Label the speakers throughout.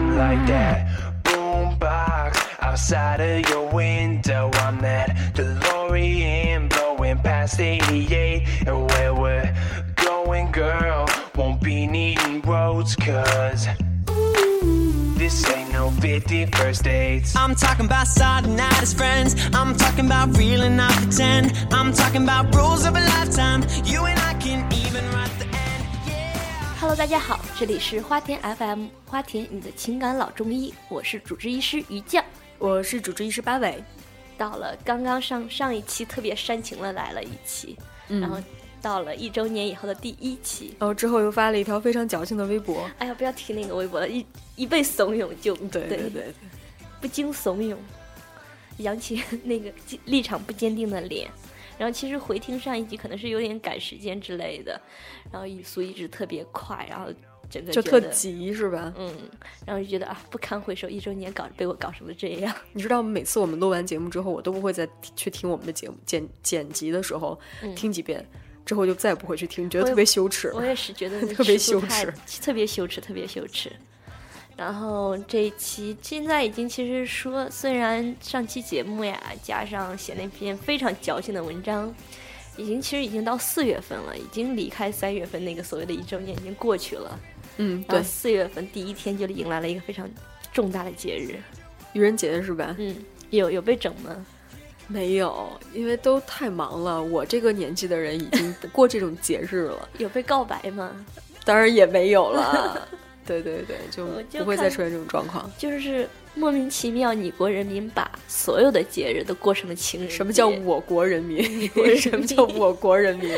Speaker 1: that boombox outside of your window. I'm that DeLorean blowing past 88, and where we're going, girl, won't be needing roads, cause this ain't no 51st dates.
Speaker 2: I'm talking about Saturday night as friends. I'm talking about real and not pretend. I'm talking about rules of a lifetime. You and I can even write the end. Yeah.
Speaker 3: Hello，大家好，这里是花田 FM，花田你的情感老中医，我是主治医师于酱。
Speaker 4: 我是主治医师八尾。
Speaker 3: 到了刚刚上上一期特别煽情的来了一期，
Speaker 4: 嗯
Speaker 3: 然后到了一周年以后的第一期，
Speaker 4: 然后之后又发了一条非常矫情的微博。
Speaker 3: 哎呀，不要提那个微博了，一一被怂恿就
Speaker 4: 对对对，
Speaker 3: 不经怂恿，扬起那个立场不坚定的脸。然后其实回听上一集可能是有点赶时间之类的，然后语速一直特别快，然后整个
Speaker 4: 就
Speaker 3: 觉
Speaker 4: 特
Speaker 3: 得
Speaker 4: 急是吧？
Speaker 3: 嗯，然后就觉得啊不堪回首，一周年搞被我搞成了这样。
Speaker 4: 你知道每次我们录完节目之后，我都不会再听去听我们的节目剪剪辑的时候听几遍，之后就嗯再也不会去听，觉得
Speaker 3: 我也
Speaker 4: 特别羞耻。
Speaker 3: 我也是觉得
Speaker 4: 特别
Speaker 3: 尺度
Speaker 4: 羞
Speaker 3: 太
Speaker 4: 耻，
Speaker 3: 特别羞耻，特别羞耻。然后这一期现在已经其实说，虽然上期节目呀，加上写那篇非常矫情的文章，已经其实已经到四月份了，已经离开三月份那个所谓的一周年已经过去了。
Speaker 4: 嗯，
Speaker 3: 然
Speaker 4: 对
Speaker 3: 后，四月份第一天就迎来了一个非常重大的节日，
Speaker 4: 愚人节是吧？
Speaker 3: 嗯，有有被整吗？
Speaker 4: 没有，因为都太忙了。我这个年纪的人已经过这种节日了，
Speaker 3: 有被告白吗？
Speaker 4: 当然也没有 了。对对对，就
Speaker 3: 我就
Speaker 4: 不会再
Speaker 3: 看
Speaker 4: 出现这种状况。
Speaker 3: 就是莫名其妙，你国人民把所有的节日都过成了情人节。
Speaker 4: 什么叫我国人 民？
Speaker 3: 人
Speaker 4: 什么叫
Speaker 3: 民
Speaker 4: 我国人 民？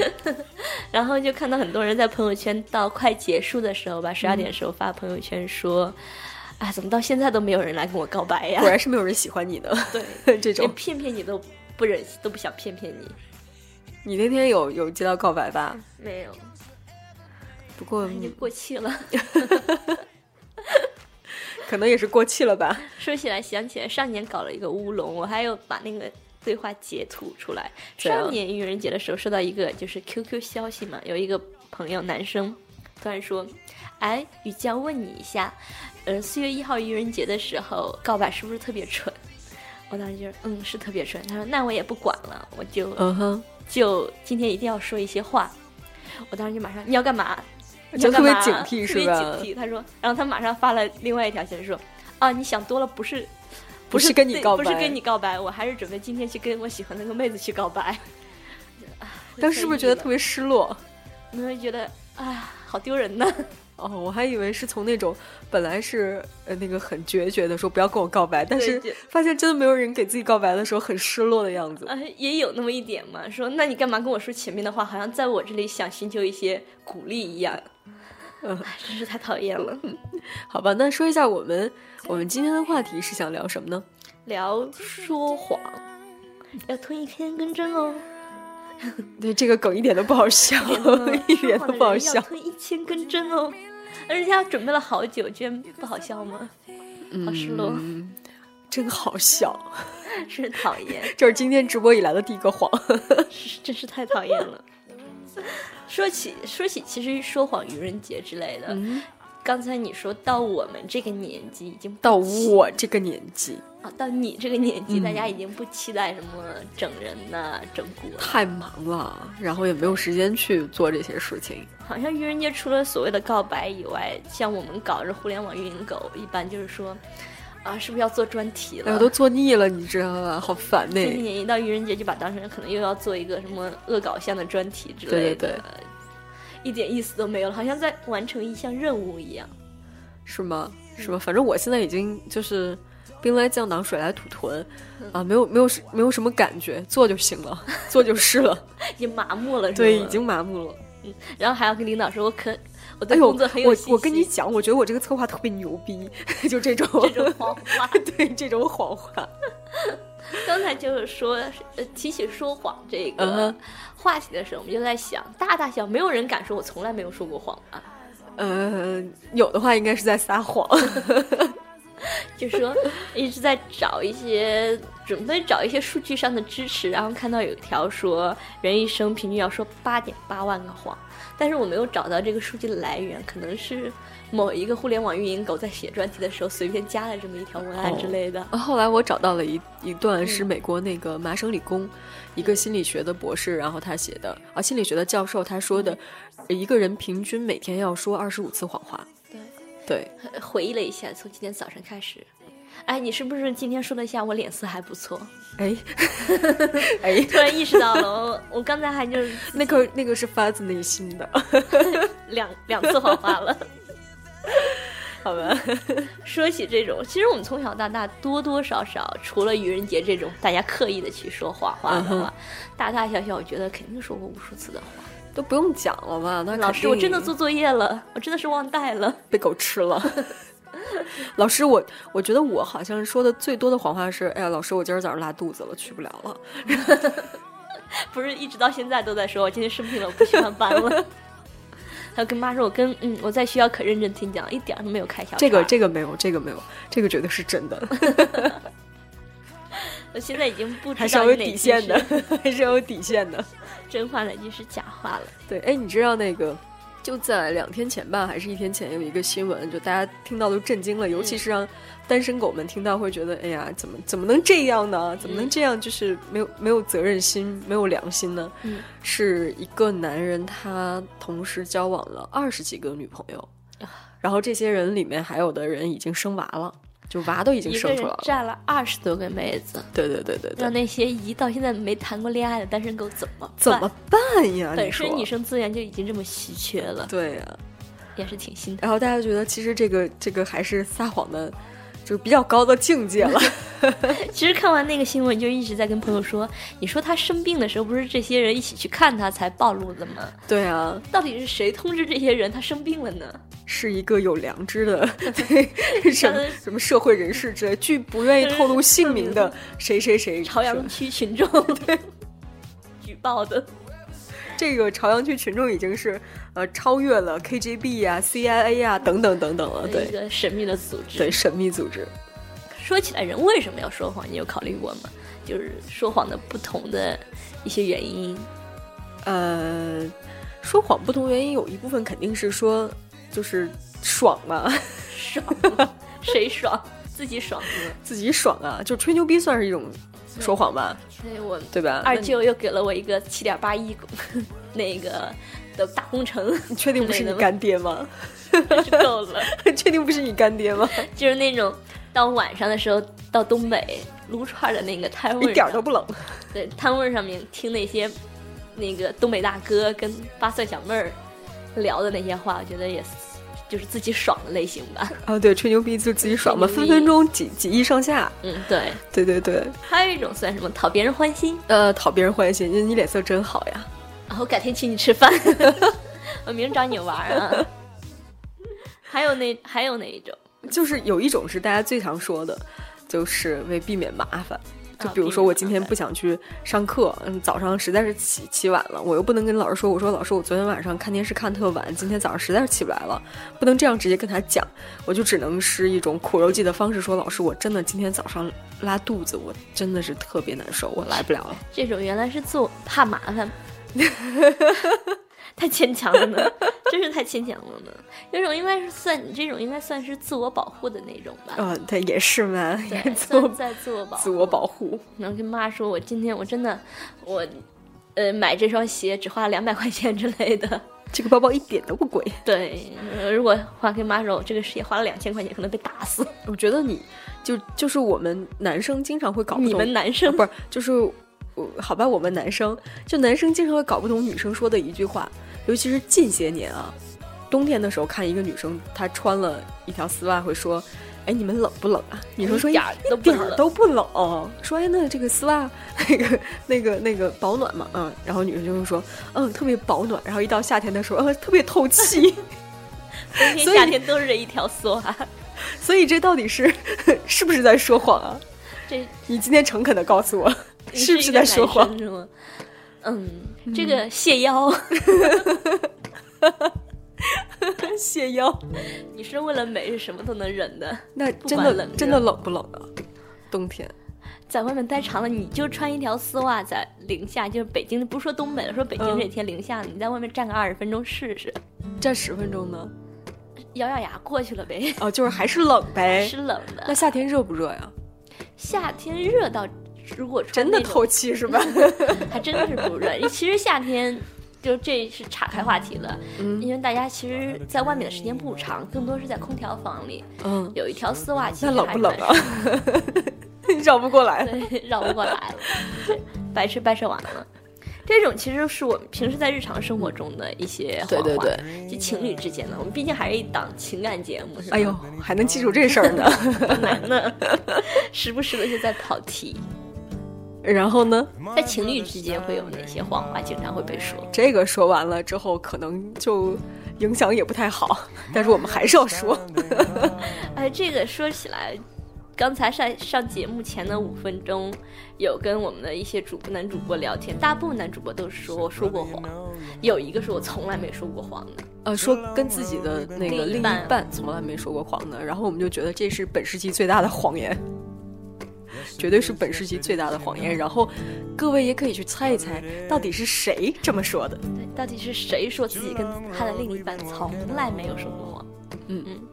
Speaker 3: 然后就看到很多人在朋友圈到快结束的时候吧，十二点时候发朋友圈说：“哎，怎么到现在都没有人来跟我告白呀
Speaker 4: 果然是没有人喜欢你的。 对，这？”种
Speaker 3: 连骗骗你都不忍，都不想骗骗你。
Speaker 4: 你那天有有接到告白吧？
Speaker 3: 没有，
Speaker 4: 不过
Speaker 3: 已经过气了。
Speaker 4: 可能也是过气了吧。
Speaker 3: 说起来，想起来上年搞了一个乌龙，我还有把那个对话截图出来。
Speaker 4: 怎样
Speaker 3: 上年愚人节的时候收到一个就是 QQ 消息嘛，有一个朋友男生突然说：“哎，雨江问你一下，嗯、四月一号愚人节的时候告白是不是特别蠢？”我当时就是嗯，是特别蠢。他说：“那我也不管了，我就
Speaker 4: 嗯哼，
Speaker 3: 就今天一定要说一些话。”我当时就马上你要干嘛？你
Speaker 4: 就
Speaker 3: 要
Speaker 4: 特
Speaker 3: 干
Speaker 4: 别
Speaker 3: 嘛
Speaker 4: 警惕
Speaker 3: 特
Speaker 4: 是
Speaker 3: 别
Speaker 4: 吧？
Speaker 3: 警惕。他说，然后他马上发了另外一条消息说：“啊，你想多了，不是
Speaker 4: 不是跟你
Speaker 3: 对
Speaker 4: 告
Speaker 3: 不
Speaker 4: 白，
Speaker 3: 是跟你告白，我还是准备今天去跟我喜欢的那个妹子去告白。
Speaker 4: 当时是不是觉得特别失落？
Speaker 3: 你会觉得啊，好丢人呢？
Speaker 4: 哦，我还以为是从那种本来是呃那个很决绝的说不要跟我告白，但是
Speaker 3: 对
Speaker 4: 发现真的没有人给自己告白的时候很失落的样子。
Speaker 3: 啊，也有那么一点嘛。说，那你干嘛跟我说前面的话？好像在我这里想寻求一些鼓励一样。
Speaker 4: 嗯
Speaker 3: 哎真是太讨厌了。
Speaker 4: 好吧，那说一下我们我们今天的话题是想聊什么呢？
Speaker 3: 聊说 谎，要吞一天根针哦。
Speaker 4: 对，这个梗一点都不好笑， 一点都不好
Speaker 3: 要
Speaker 4: 笑。
Speaker 3: 吞一千根针哦。而人家准备了好久，居然不好笑吗？好失落，
Speaker 4: 嗯，真好笑，
Speaker 3: 真是讨厌。
Speaker 4: 这是今天直播以来的第一个谎。
Speaker 3: 真是太讨厌了。说起说起，其实说谎、愚人节之类的，
Speaker 4: 嗯
Speaker 3: 刚才你说到我们这个年纪已经不
Speaker 4: 到
Speaker 3: 期
Speaker 4: 我嗯这个年纪
Speaker 3: 啊，到你这个年纪，大家已经不期待什么整人呐、整蛊啊了。
Speaker 4: 太忙了，然后也没有时间去做这些事情。
Speaker 3: 好像愚人节除了所谓的告白以外，像我们搞这互联网运营狗，一般就是说啊，是不是要做专题
Speaker 4: 哎，
Speaker 3: 了？
Speaker 4: 我都做腻了，你知道吧？好烦呢、
Speaker 3: 最近一到愚人节就把当成可能又要做一个什么恶搞项的专题之类的，
Speaker 4: 对对对
Speaker 3: 一点意思都没有了，好像在完成一项任务一样。
Speaker 4: 是吗？是吗？反正我现在已经就是兵来将挡，水来土屯
Speaker 3: 嗯
Speaker 4: 啊，没有没有没有什么感觉，做就行了，做就是 了。哎
Speaker 3: 已经麻木了，是吗
Speaker 4: 对，已。经麻木了。
Speaker 3: 然后还要跟领导说，我可我
Speaker 4: 哎
Speaker 3: 对
Speaker 4: 呦，
Speaker 3: 工作很有
Speaker 4: 我
Speaker 3: 信心。
Speaker 4: 我跟你讲，我觉得我这个策划特别牛逼， 就这种
Speaker 3: 这种谎话，
Speaker 4: 对这种谎话。
Speaker 3: 刚才就是说，呃，提起说谎这
Speaker 4: 嗯
Speaker 3: 个
Speaker 4: 哼
Speaker 3: 话题的时候，我们就在想，大大小没有人敢说我从来没有说过谎啊，
Speaker 4: 呃，有的话应该是在撒谎。
Speaker 3: 就说一直在找一些准备找一些数据上的支持，然后看到有一条说人一生平均要说八点八万个谎，但是我没有找到这个数据的来源，可能是某一个互联网运营狗在写专题的时候随便加了这么一条文案之类的。
Speaker 4: 啊后来我找到了一一段
Speaker 3: 嗯
Speaker 4: 是美国那个麻省理工、一个心理学的博士，然后他写的啊，心理学的教授他说的，
Speaker 3: 嗯
Speaker 4: 一个人平均每天要说二十五次谎话。对，
Speaker 3: 对，回忆了一下，从今天早上开始。哎，你是不是今天说了一下我脸色还不错？
Speaker 4: 哎，哎，
Speaker 3: 突然意识到了，我我刚才还 就是
Speaker 4: 那个那个是发自内心的，
Speaker 3: 两两次谎话 了。
Speaker 4: 好吧？
Speaker 3: 说起这种，其实我们从小到大多多少少，除了愚人节这种大家刻意的去说谎话的
Speaker 4: 嗯
Speaker 3: 话
Speaker 4: 哼，
Speaker 3: 大大小小，我觉得肯定说过无数次的话。
Speaker 4: 都不用讲了吧？那
Speaker 3: 老
Speaker 4: 肯
Speaker 3: 师，
Speaker 4: 定
Speaker 3: 我真的做作业了，我真的是忘带了。
Speaker 4: 被狗吃了。老师，我我觉得我好像说的最多的谎话是，哎呀，老师，我今儿早上拉肚子了，去不了了。
Speaker 3: 不是一直到现在都在说，我今天生病了，我不去上班 了。还有跟妈说，我跟嗯，我在学校可认真听讲，一点儿都没有开小差。
Speaker 4: 这个这个没有，这个没有，这个绝对是真的，
Speaker 3: 我现在已经不知道
Speaker 4: 还是要有
Speaker 3: 哪句
Speaker 4: 底线的
Speaker 3: 是，
Speaker 4: 还是要有底线的。
Speaker 3: 真话哪句是假话了。
Speaker 4: 对，哎，你知道那个就在两天前吧，还是一天前有一个新闻，就大家听到都震惊了，尤
Speaker 3: 嗯
Speaker 4: 其是让单身狗们听到会觉得，哎呀，怎么怎么能这样呢？怎
Speaker 3: 嗯
Speaker 4: 么能这样？就是没有没有责任心，没有良心呢？
Speaker 3: 嗯
Speaker 4: 是一个男人他同时交往了二十几个女朋友，
Speaker 3: 啊
Speaker 4: 然后这些人里面还有的人已经生娃了，就娃都已经
Speaker 3: 一个
Speaker 4: 生
Speaker 3: 人
Speaker 4: 出来了。
Speaker 3: 占了二十多个妹子，
Speaker 4: 对对对对
Speaker 3: 让
Speaker 4: 对，
Speaker 3: 那些一到现在没谈过恋爱的单身狗怎么办
Speaker 4: 怎么办呀？
Speaker 3: 本
Speaker 4: 你说啊
Speaker 3: 身女生资源就已经这么稀缺了，
Speaker 4: 对呀、
Speaker 3: 也是挺心疼。
Speaker 4: 然后大家觉得其实这个这个还是撒谎的，就是比较高的境 界了。
Speaker 3: 其实看完那个新闻，就一直在跟朋友说：“你说她生病的时候，不是这些人一起去看她才暴露的吗？
Speaker 4: 对啊，
Speaker 3: 到底是谁通知这些人她生病了呢？
Speaker 4: 是一个有良 知的对什么什么社会人士之类，据不愿意透露姓名的谁谁谁
Speaker 3: 朝
Speaker 4: 说
Speaker 3: 阳区群众举报的。
Speaker 4: 这个朝阳区群众已经是呃超越了 KGB 啊、CIA 啊等等等等了，
Speaker 3: 一
Speaker 4: 对
Speaker 3: 个神秘的组织。
Speaker 4: 对，神秘组织。
Speaker 3: 说起来，人为什么要说谎？你有考虑过吗？就是说谎的不同的一些原因。
Speaker 4: 呃，说谎不同原因有一部分肯定是说就是爽嘛，
Speaker 3: 爽，谁爽？自己爽吗？
Speaker 4: 自己爽啊，就吹牛逼算是一种说谎吧，
Speaker 3: 所以我
Speaker 4: 对吧？
Speaker 3: 二舅又给了我一个七点八亿公 那个的大工程，
Speaker 4: 你确定不是你干爹吗？
Speaker 3: 真是够了。
Speaker 4: 确定不是你干爹吗？
Speaker 3: 就是那种到晚上的时候到东北撸串的那个摊位，
Speaker 4: 一点儿都不冷。
Speaker 3: 对摊位上面听那些那个东北大哥跟八岁小妹儿聊的那些话，我觉得也是就是自己爽的类型吧。
Speaker 4: 啊，对，吹牛逼就自己爽嘛，
Speaker 3: 吹牛
Speaker 4: 分
Speaker 3: 逼
Speaker 4: 分钟几几亿上下。
Speaker 3: 嗯，对。
Speaker 4: 对对对，
Speaker 3: 还有一种算什么讨别人欢心，
Speaker 4: 呃，讨别人欢心，你你脸色真好呀。
Speaker 3: 然后改天请你吃饭， 我明儿找你玩儿啊。还有那还有哪一种？
Speaker 4: 就是有一种是大家最常说的，就是为避免麻烦。就
Speaker 3: 啊
Speaker 4: 比如
Speaker 3: 避
Speaker 4: 说，
Speaker 3: 免
Speaker 4: 我
Speaker 3: 麻
Speaker 4: 今天
Speaker 3: 烦
Speaker 4: 不想去上课，嗯，早上实在是起起晚了，我又不能跟老师说，我说老师，我昨天晚上看电视看特晚，今天早上实在是起不来了，不能这样直接跟他讲，我就只能是一种苦肉计的方式说，老师，我真的今天早上拉肚子，我真的是特别难受，我来不了了。
Speaker 3: 这种原来是自我怕麻烦， 太牵强了呢，真是太牵强了呢。有种应该是算你这种应该算是自我保护的那种吧，
Speaker 4: 呃，对，也是嘛，，
Speaker 3: 对
Speaker 4: 自我
Speaker 3: 算在自我保护。
Speaker 4: 自我保护。
Speaker 3: 然后跟妈说，我今天我真的我。呃，买这双鞋只花了两百块钱之类的，
Speaker 4: 这个包包一点都不贵。
Speaker 3: 对。呃如果话跟妈说，我这个鞋花了两千块钱，可能被打死。
Speaker 4: 我觉得你就就是我们男生经常会搞不懂，
Speaker 3: 你们男生
Speaker 4: 不是就是我好吧，我们男生就男生经常会搞不懂女生说的一句话，尤其是近些年啊，冬天的时候看一个女生她穿了一条丝袜，会说。哎，你们冷不冷啊？女生说
Speaker 3: 一点儿
Speaker 4: 一
Speaker 3: 哎都不
Speaker 4: 点儿
Speaker 3: 冷
Speaker 4: 都不冷，说哎，那这个丝袜，那个那个那个保暖嘛，嗯，然后女生就会说，嗯，特别保暖。然后一到夏天的时候，嗯，特别透气。
Speaker 3: 冬天
Speaker 4: 所以
Speaker 3: 夏天都是这一条啊丝袜，
Speaker 4: 所以这到底是 是不是在说谎啊？
Speaker 3: 这
Speaker 4: 你今天诚恳的告诉我，
Speaker 3: 你
Speaker 4: 是不
Speaker 3: 一
Speaker 4: 是
Speaker 3: 个
Speaker 4: 在说
Speaker 3: 男
Speaker 4: 谎？
Speaker 3: 生是吗？嗯，这个谢腰，
Speaker 4: 谢腰，
Speaker 3: 女生为了美是什么都能忍的。
Speaker 4: 那
Speaker 3: 不
Speaker 4: 真
Speaker 3: 管
Speaker 4: 的
Speaker 3: 冷
Speaker 4: 真
Speaker 3: 热
Speaker 4: 的冷不冷啊？冬天，
Speaker 3: 在外面待长了，你就穿一条丝袜，在零下，就是北京，不是说东北了，说北京
Speaker 4: 嗯
Speaker 3: 这天零下，你在外面站个二十分钟试试，
Speaker 4: 站十分钟呢？
Speaker 3: 咬咬牙过去了呗。
Speaker 4: 哦，就是还是冷呗
Speaker 3: 是。冷
Speaker 4: 哎那
Speaker 3: 的，
Speaker 4: 夏天热不热呀？
Speaker 3: 夏天热到如果穿
Speaker 4: 真的
Speaker 3: 那种
Speaker 4: 透气是 吧？
Speaker 3: 还真的是不热。 其实夏天，就这是岔开话题了，
Speaker 4: 嗯
Speaker 3: 因为大家其实在外面的时间不长，更多是在空调房里，
Speaker 4: 嗯，
Speaker 3: 有一条丝袜，其
Speaker 4: 那
Speaker 3: 实
Speaker 4: 冷
Speaker 3: 还
Speaker 4: 不冷
Speaker 3: 蛮
Speaker 4: 啊？ 绕不过来。
Speaker 3: 对，绕不过来，对白吃白吃完了。这种其实是我们平时在日常生活中的一些
Speaker 4: 嗯对对
Speaker 3: 谎话，就情侣之间的，我们毕竟还是一档情感节目，是吧？
Speaker 4: 哎呦，还能记住这事 儿呢？
Speaker 3: 难呢， 时不时的就在跑题。
Speaker 4: 然后呢？
Speaker 3: 在情侣之间会有哪些谎话经常会被说？
Speaker 4: 这个说完了之后，可能就影响也不太好，但是我们还是要说。
Speaker 3: 哎，这个说起来，刚才上上节目前的五分钟，有跟我们的一些主播男主播聊天，大部分男主播都说我说过谎，有一个说我从来没说过谎的。
Speaker 4: 呃，说跟自己的那个
Speaker 3: 另
Speaker 4: 另
Speaker 3: 一
Speaker 4: 一
Speaker 3: 半
Speaker 4: 半从来没说过谎的，然后我们就觉得这是本世纪最大的谎言，绝对是本世纪最大的谎言。然后各位也可以去猜一猜，到底是谁这么说的？
Speaker 3: 对，到底是谁说自己跟他的另一半从来没有说过谎？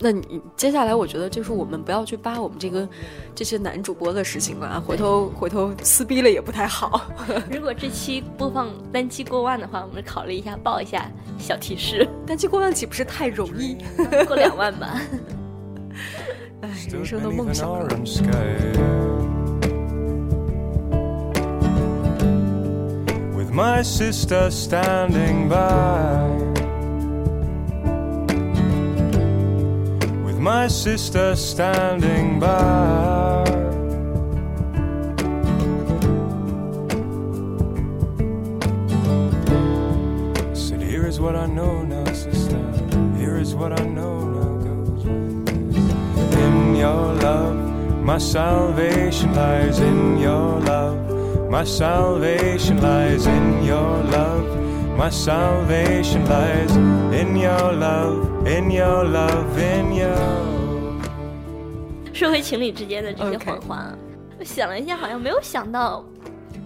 Speaker 4: 那你接下来，我觉得就是我们不要去扒我们这个这些男主播的事情了啊，回头回头撕逼了也不太好。
Speaker 3: 如果这期播放单期过万的话，我们考虑一下报一下小提示，
Speaker 4: 但这过万岂不是太容易？
Speaker 3: 过两万吧。
Speaker 4: 哎，人
Speaker 1: Stood
Speaker 4: 生的
Speaker 1: beneath
Speaker 4: 梦
Speaker 1: an
Speaker 4: 想啊。
Speaker 1: orange sky. With my sister standing by. With my sister standing by. Said, here is what I know now, sister. Here is what I know now goes like this. In your love, my salvation lies in your love. My salvation lies in your love. My salvation lies in your love, in your love, in your.
Speaker 3: 说回情侣之间的这些
Speaker 4: OK
Speaker 3: 谎话啊我想了一下，好像没有想到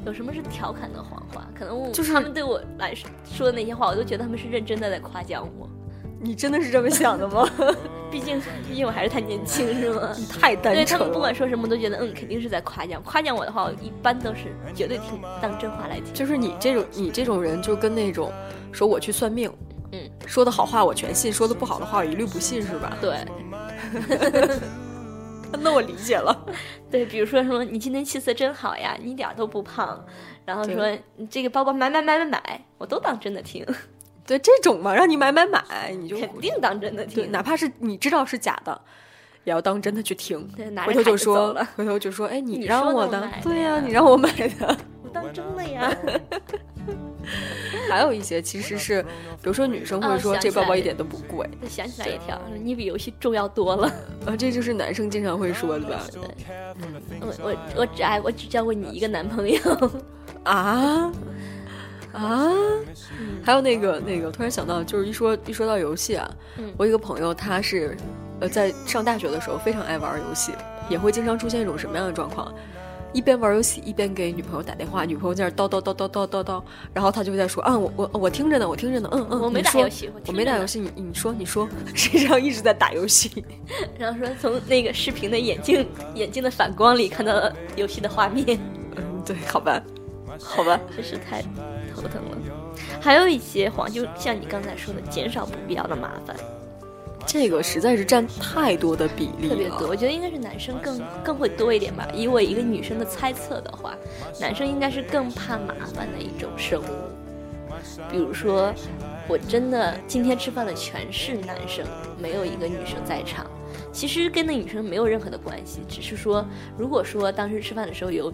Speaker 3: 有什么是调侃的谎话。可能我
Speaker 4: 就是
Speaker 3: 他们对我来说说的那些话，我都觉得他们是认真的在夸奖我。
Speaker 4: 你真的是这么想的吗？
Speaker 3: 毕竟，毕竟我还是太年轻，是吗？
Speaker 4: 太单
Speaker 3: 对他
Speaker 4: 纯
Speaker 3: 们不
Speaker 4: 了
Speaker 3: 管。说什么，都觉得嗯，肯定是在夸奖。夸奖我的话，我一般都是绝对听当真话来听。
Speaker 4: 就是你这种你这种人，就跟那种说我去算命，
Speaker 3: 嗯，
Speaker 4: 说的好话我全信，说的不好的话我一律不信，是吧？
Speaker 3: 对
Speaker 4: 那我理解了。
Speaker 3: 对，比如说什么你今天气色真好呀，你一点儿都不胖，然后
Speaker 4: 对
Speaker 3: 说你这个包包买买买买买，我都当真的听，
Speaker 4: 对这种嘛，让你买买买，你就
Speaker 3: 肯定当真的
Speaker 4: 对，
Speaker 3: 听。
Speaker 4: 哪怕是你知道是假的，也要当真的去听。
Speaker 3: 对拿着
Speaker 4: 回头
Speaker 3: 卡
Speaker 4: 就
Speaker 3: 就走
Speaker 4: 说
Speaker 3: 了，
Speaker 4: 回头就说，哎，
Speaker 3: 你
Speaker 4: 让
Speaker 3: 说
Speaker 4: 我
Speaker 3: 的我买的
Speaker 4: 对呀、
Speaker 3: 呀
Speaker 4: 你让我买的。
Speaker 3: 我当真的呀。
Speaker 4: 还有一些其实是，比如说女生会
Speaker 3: 哦
Speaker 4: 说、
Speaker 3: 想
Speaker 4: 这
Speaker 3: 起
Speaker 4: 包
Speaker 3: 来
Speaker 4: 包
Speaker 3: 了
Speaker 4: 一点都不贵，
Speaker 3: 我 想起来一条，你比游戏重要多了。
Speaker 4: 啊，这就是男生经常会说的吧？
Speaker 3: 嗯我我我只爱我只交过你一个男朋友，
Speaker 4: 啊啊！还有那个那个，突然想到，就是一说一说到游戏啊，
Speaker 3: 嗯
Speaker 4: 我有一个朋友他是，呃，在上大学的时候非常爱玩游戏，也会经常出现一种什么样的状况？一边玩游戏一边给女朋友打电话，女朋友在那儿叨叨叨叨叨叨叨，然后他就在说啊，我我我听着呢，我听着呢，嗯嗯，
Speaker 3: 我没
Speaker 4: 你
Speaker 3: 打
Speaker 4: 说
Speaker 3: 游戏我
Speaker 4: 我
Speaker 3: 听
Speaker 4: 没
Speaker 3: 着
Speaker 4: 打
Speaker 3: 呢
Speaker 4: 游戏，你你说你说， 实际上一直在打游戏，
Speaker 3: 然后说从那个视频的眼镜眼镜的反光里看到了游戏的画面，
Speaker 4: 嗯，对，好吧，好吧，
Speaker 3: 真是太头疼了。还有一些谎，就像你刚才说的，减少不必要的麻烦，
Speaker 4: 这个实在是占太多的比例了，
Speaker 3: 特别多。我觉得应该是男生更更会多一点吧。以我一个女生的猜测的话，男生应该是更怕麻烦的一种生物。比如说，我真的今天吃饭的全是男生，没有一个女生在场。其实跟那女生没有任何的关系，只是说，如果说当时吃饭的时候有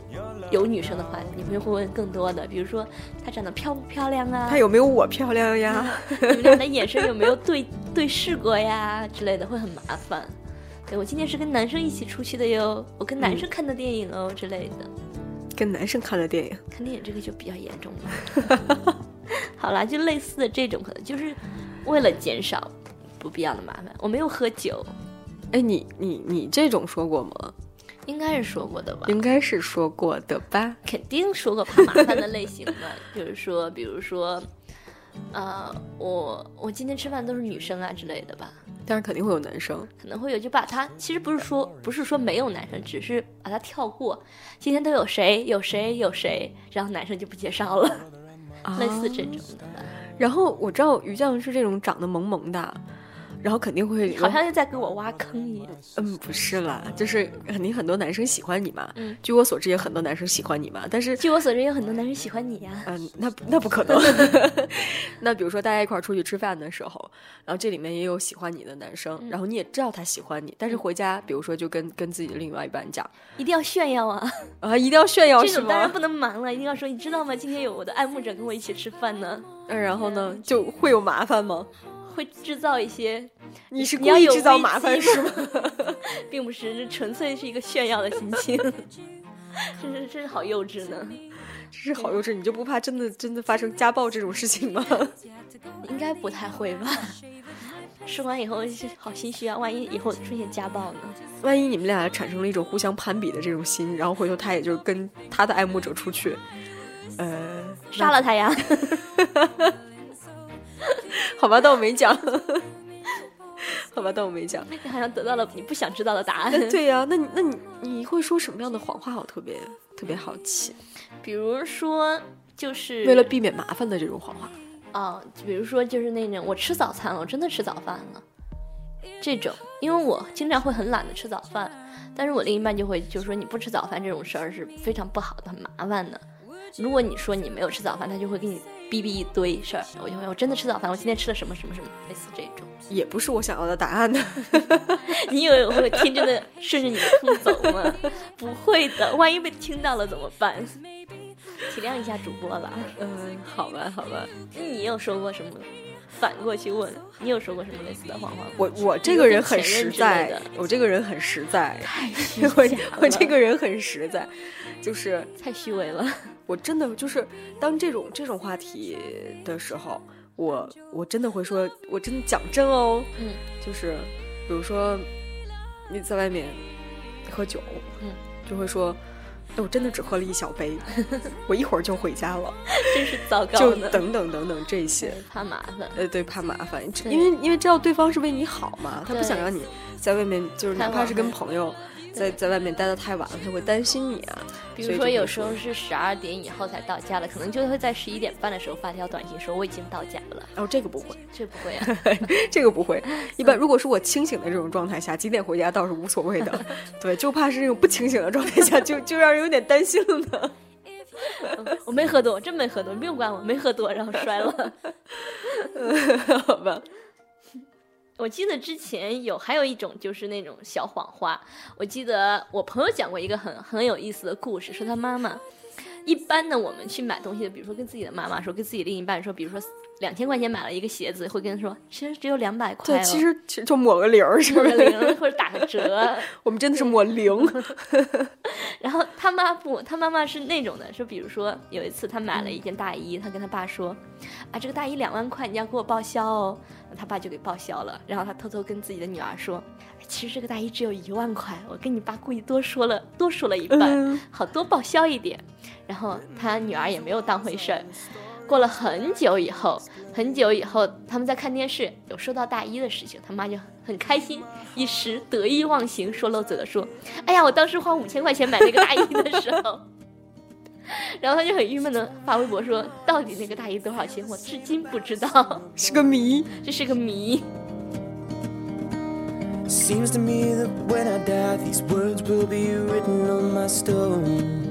Speaker 3: 有女生的话，你们会问更多的，比如说她长得漂不漂亮啊，
Speaker 4: 她有没有我漂亮呀？
Speaker 3: 你们俩的眼神有没有对 对视过呀之类的，会很麻烦。对我今天是跟男生一起出去的哟，我跟男生看的电影哦、之类的，
Speaker 4: 跟男生看的电影，
Speaker 3: 看电影这个就比较严重了。好啦，就类似的这种，可能就是为了减少不必要的麻烦。我没有喝酒，
Speaker 4: 哎，你你你这种说过吗？
Speaker 3: 应该是说过的吧？
Speaker 4: 应该是说过的吧？
Speaker 3: 肯定说过怕麻烦的类型吧， 就是说，比如说，呃，我我今天吃饭都是女生啊之类的吧，
Speaker 4: 但是肯定会有男生，
Speaker 3: 可能会有就把他其实不是说不是说没有男生，只是把他跳过。今天都有谁有谁有谁，然后男生就不介绍了，
Speaker 4: 啊
Speaker 3: 类似这种的吧。
Speaker 4: 然后我知道鱼酱是这种长得萌萌的，然后肯定会
Speaker 3: 好像又在给我挖坑一样。
Speaker 4: 嗯不是啦，就是肯定很多男生喜欢你嘛。
Speaker 3: 嗯
Speaker 4: 据我所知也很多男生喜欢你嘛，但是
Speaker 3: 据我所知，有很多男生喜欢你啊呀、
Speaker 4: 嗯，那不那不 可能。那比如说大家一块儿出去吃饭的时候，然后这里面也有喜欢你的男生，
Speaker 3: 嗯
Speaker 4: 然后你也知道他喜欢你，但是回家，比如说就跟跟自己的另外一半讲
Speaker 3: 一定要炫耀啊！
Speaker 4: 啊，一定要炫耀
Speaker 3: 这
Speaker 4: 是
Speaker 3: 种当然
Speaker 4: 吗
Speaker 3: 不？能瞒了，一定要说，你知道吗？今天有我的爱慕者跟我一起吃饭呢，
Speaker 4: 那然后呢，就会有麻烦吗？
Speaker 3: 会制造一些
Speaker 4: 你是故
Speaker 3: 你要
Speaker 4: 意
Speaker 3: 有
Speaker 4: 制造
Speaker 3: 危
Speaker 4: 麻
Speaker 3: 机
Speaker 4: 烦
Speaker 3: 吗
Speaker 4: 是吗？
Speaker 3: 并不是，这纯粹是一个炫耀的心情。 真是真是好幼稚呢，
Speaker 4: 真是好幼稚，你就不怕真的真的发生家暴这种事情吗？
Speaker 3: 应该不太会吧？ 吃完以后是好心虚啊，万一以后出现家暴呢？
Speaker 4: 万一你们俩产生了一种互相攀比的这种心，然后回头他也就跟他的爱慕者出去， 呃，
Speaker 3: 杀了他呀！
Speaker 4: 好吧，当我没讲， 好吧，当我没讲。
Speaker 3: 你好像得到了你不想知道的答案。
Speaker 4: 那对呀、那你那你你会说什么样的谎话？我特别特别好奇。
Speaker 3: 比如说，就是
Speaker 4: 为了避免麻烦的这种谎话，
Speaker 3: 啊、比如说就是那种我吃早餐了，我真的吃早饭了，这种，因为我经常会很懒得吃早饭，但是我另一半就会就说你不吃早饭这种事儿是非常不好的，很麻烦的。如果你说你没有吃早饭，他就会给你逼逼一堆事儿，我就会我真的吃早饭，我今天吃了什么什么什么，类似这种。
Speaker 4: 也不是我想要的答案呢。
Speaker 3: 你以为我会天真的顺着你的坑走吗？ 不会的，万一被听到了怎么办？体谅一下主播吧。
Speaker 4: 嗯，好吧，好吧。
Speaker 3: 那你有说过什么？反过去问，你有说过什么类似的谎话吗？
Speaker 4: 我我这个人很
Speaker 3: 前
Speaker 4: 实
Speaker 3: 任之类
Speaker 4: 在
Speaker 3: 的，
Speaker 4: 我这个人很实在，
Speaker 3: 虚
Speaker 4: 我
Speaker 3: 假
Speaker 4: 我
Speaker 3: 了
Speaker 4: 这个人很实在，就是
Speaker 3: 太虚伪了。
Speaker 4: 我真的就是当这种这种话题的时候，我我真的会说，我真的讲真哦，
Speaker 3: 嗯，
Speaker 4: 就是比如说你在外面喝酒，
Speaker 3: 嗯，
Speaker 4: 就会说。哎我真的只喝了一小 杯，我一会儿就回家了，
Speaker 3: 真是糟糕
Speaker 4: 就
Speaker 3: 呢，
Speaker 4: 等等等等这些，
Speaker 3: 怕麻烦。
Speaker 4: 呃，对，怕麻烦，这
Speaker 3: 对
Speaker 4: 因为因为知道对方是为你好嘛，他不
Speaker 3: 对
Speaker 4: 想让你在外面，就是哪
Speaker 3: 太
Speaker 4: 怕
Speaker 3: 晚
Speaker 4: 是跟
Speaker 3: 了
Speaker 4: 朋友在在外面待的太晚了，他会担心你啊。
Speaker 3: 比
Speaker 4: 所
Speaker 3: 如
Speaker 4: 以
Speaker 3: 说，
Speaker 4: 就
Speaker 3: 有
Speaker 4: 会
Speaker 3: 时候是十二点以后才到家的，可能就会在十一点半的时候发条短信说我已经到家了。
Speaker 4: 哦，这个不会，
Speaker 3: 这不会啊，
Speaker 4: 这个不会。一
Speaker 3: 嗯
Speaker 4: 般如果是我清醒的这种状态下，几点回家倒是无所谓 的，对，就怕是那种不清醒的状态下，就就让人有点担心了 呢。
Speaker 3: 我没喝多，我真没喝多，你不用管我，没喝多，然后摔了。
Speaker 4: 好吧，
Speaker 3: 我记得之前有还有一种就是那种小谎话，我记得我朋友讲过一个很很有意思的故事，说他妈妈。一般呢，我们去买东西，比如说跟自己的妈妈说，跟自己另一半说，比如说两千块钱买了一个鞋子，会跟他说，其实只有两百块、哦，
Speaker 4: 对，其实其实就抹个零儿，是不
Speaker 3: 或者
Speaker 4: 是？
Speaker 3: 零或者打个 折，
Speaker 4: 我们真的是抹零，
Speaker 3: 然后他妈不，他妈妈是那种的，说比如说有一次他买了一件大衣，他跟他爸说，啊这个大衣两万块，你要给我报销哦，他爸就给报销了。然后他偷偷跟自己的女儿说，哎其实这个大衣只有一万块，我跟你爸故意多说了多说了一半
Speaker 4: 嗯，
Speaker 3: 好多报销一点。然后他女儿也没有当回事儿。过了很久以后，很久以后，他们在看电视，有说到大衣的事情，他妈就很开心，一时得意忘形，说漏嘴了，说：“哎呀，我当时花五千块钱买那个大衣的时候。”然后他就很郁闷的发微博说：“到底那个大衣多少钱？我至今不知道，
Speaker 4: 是个谜。
Speaker 3: 这是个谜。
Speaker 2: Seems to me that when I die, these words will be written on my stone.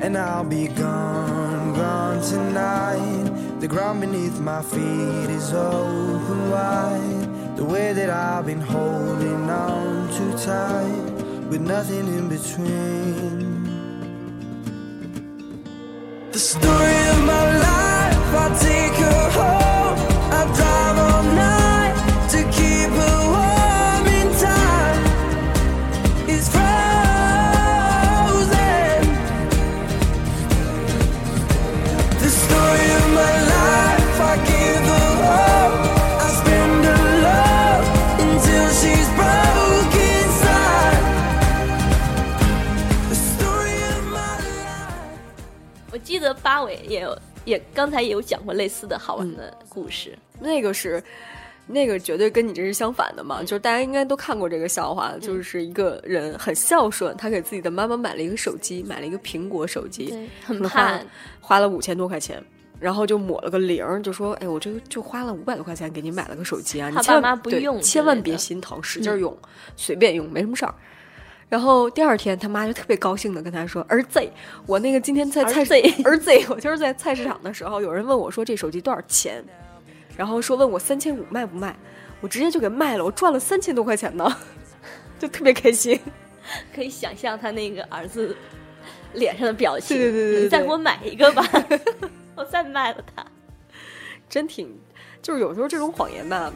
Speaker 2: And I'll be gone, gone tonight. The ground beneath my feet is open wide. The way that I've been holding on too tight, with nothing in between. The story of my life, I take her home. I drive all night to keep her warm in time. It's frozen. The story of my life, I give her hope. I spend her love until she's broken inside.
Speaker 3: 八尾也有，也刚才也有讲过类似的好玩
Speaker 4: 嗯
Speaker 3: 的故事。
Speaker 4: 那个是，那个绝对跟你这是相反的
Speaker 3: 嗯
Speaker 4: 嘛，就是大家应该都看过这个笑话，就是一个人很孝顺，他给自己的妈妈买了一个手机，买了一个苹果手机，
Speaker 3: 对，很
Speaker 4: 可能花
Speaker 3: 怕
Speaker 4: 了花了五千多块钱。然后就抹了个零儿，就说：“哎，我这个就花了五百多块钱给你买了个手机啊，你
Speaker 3: 怕
Speaker 4: 千万
Speaker 3: 爸妈不
Speaker 4: 对
Speaker 3: 用之
Speaker 4: 千万
Speaker 3: 类的嗯
Speaker 4: 别心疼，使劲儿用，随便用，没什么事儿。”然后第二天，他妈就特别高兴的跟他说：“儿子，我那个今天在菜市
Speaker 3: 儿子
Speaker 4: 儿子，我就是在菜市场的时候，有人问我说这手机多少钱，然后说问我三千五卖不卖，我直接就给卖了，我赚了三千多块钱呢， 就特别开心。
Speaker 3: 可以想象他那个儿子脸上的表情。
Speaker 4: 对对对对对
Speaker 3: 你再给我买一个吧， 我再卖了它。
Speaker 4: 真挺，就是有时候这种谎言吧，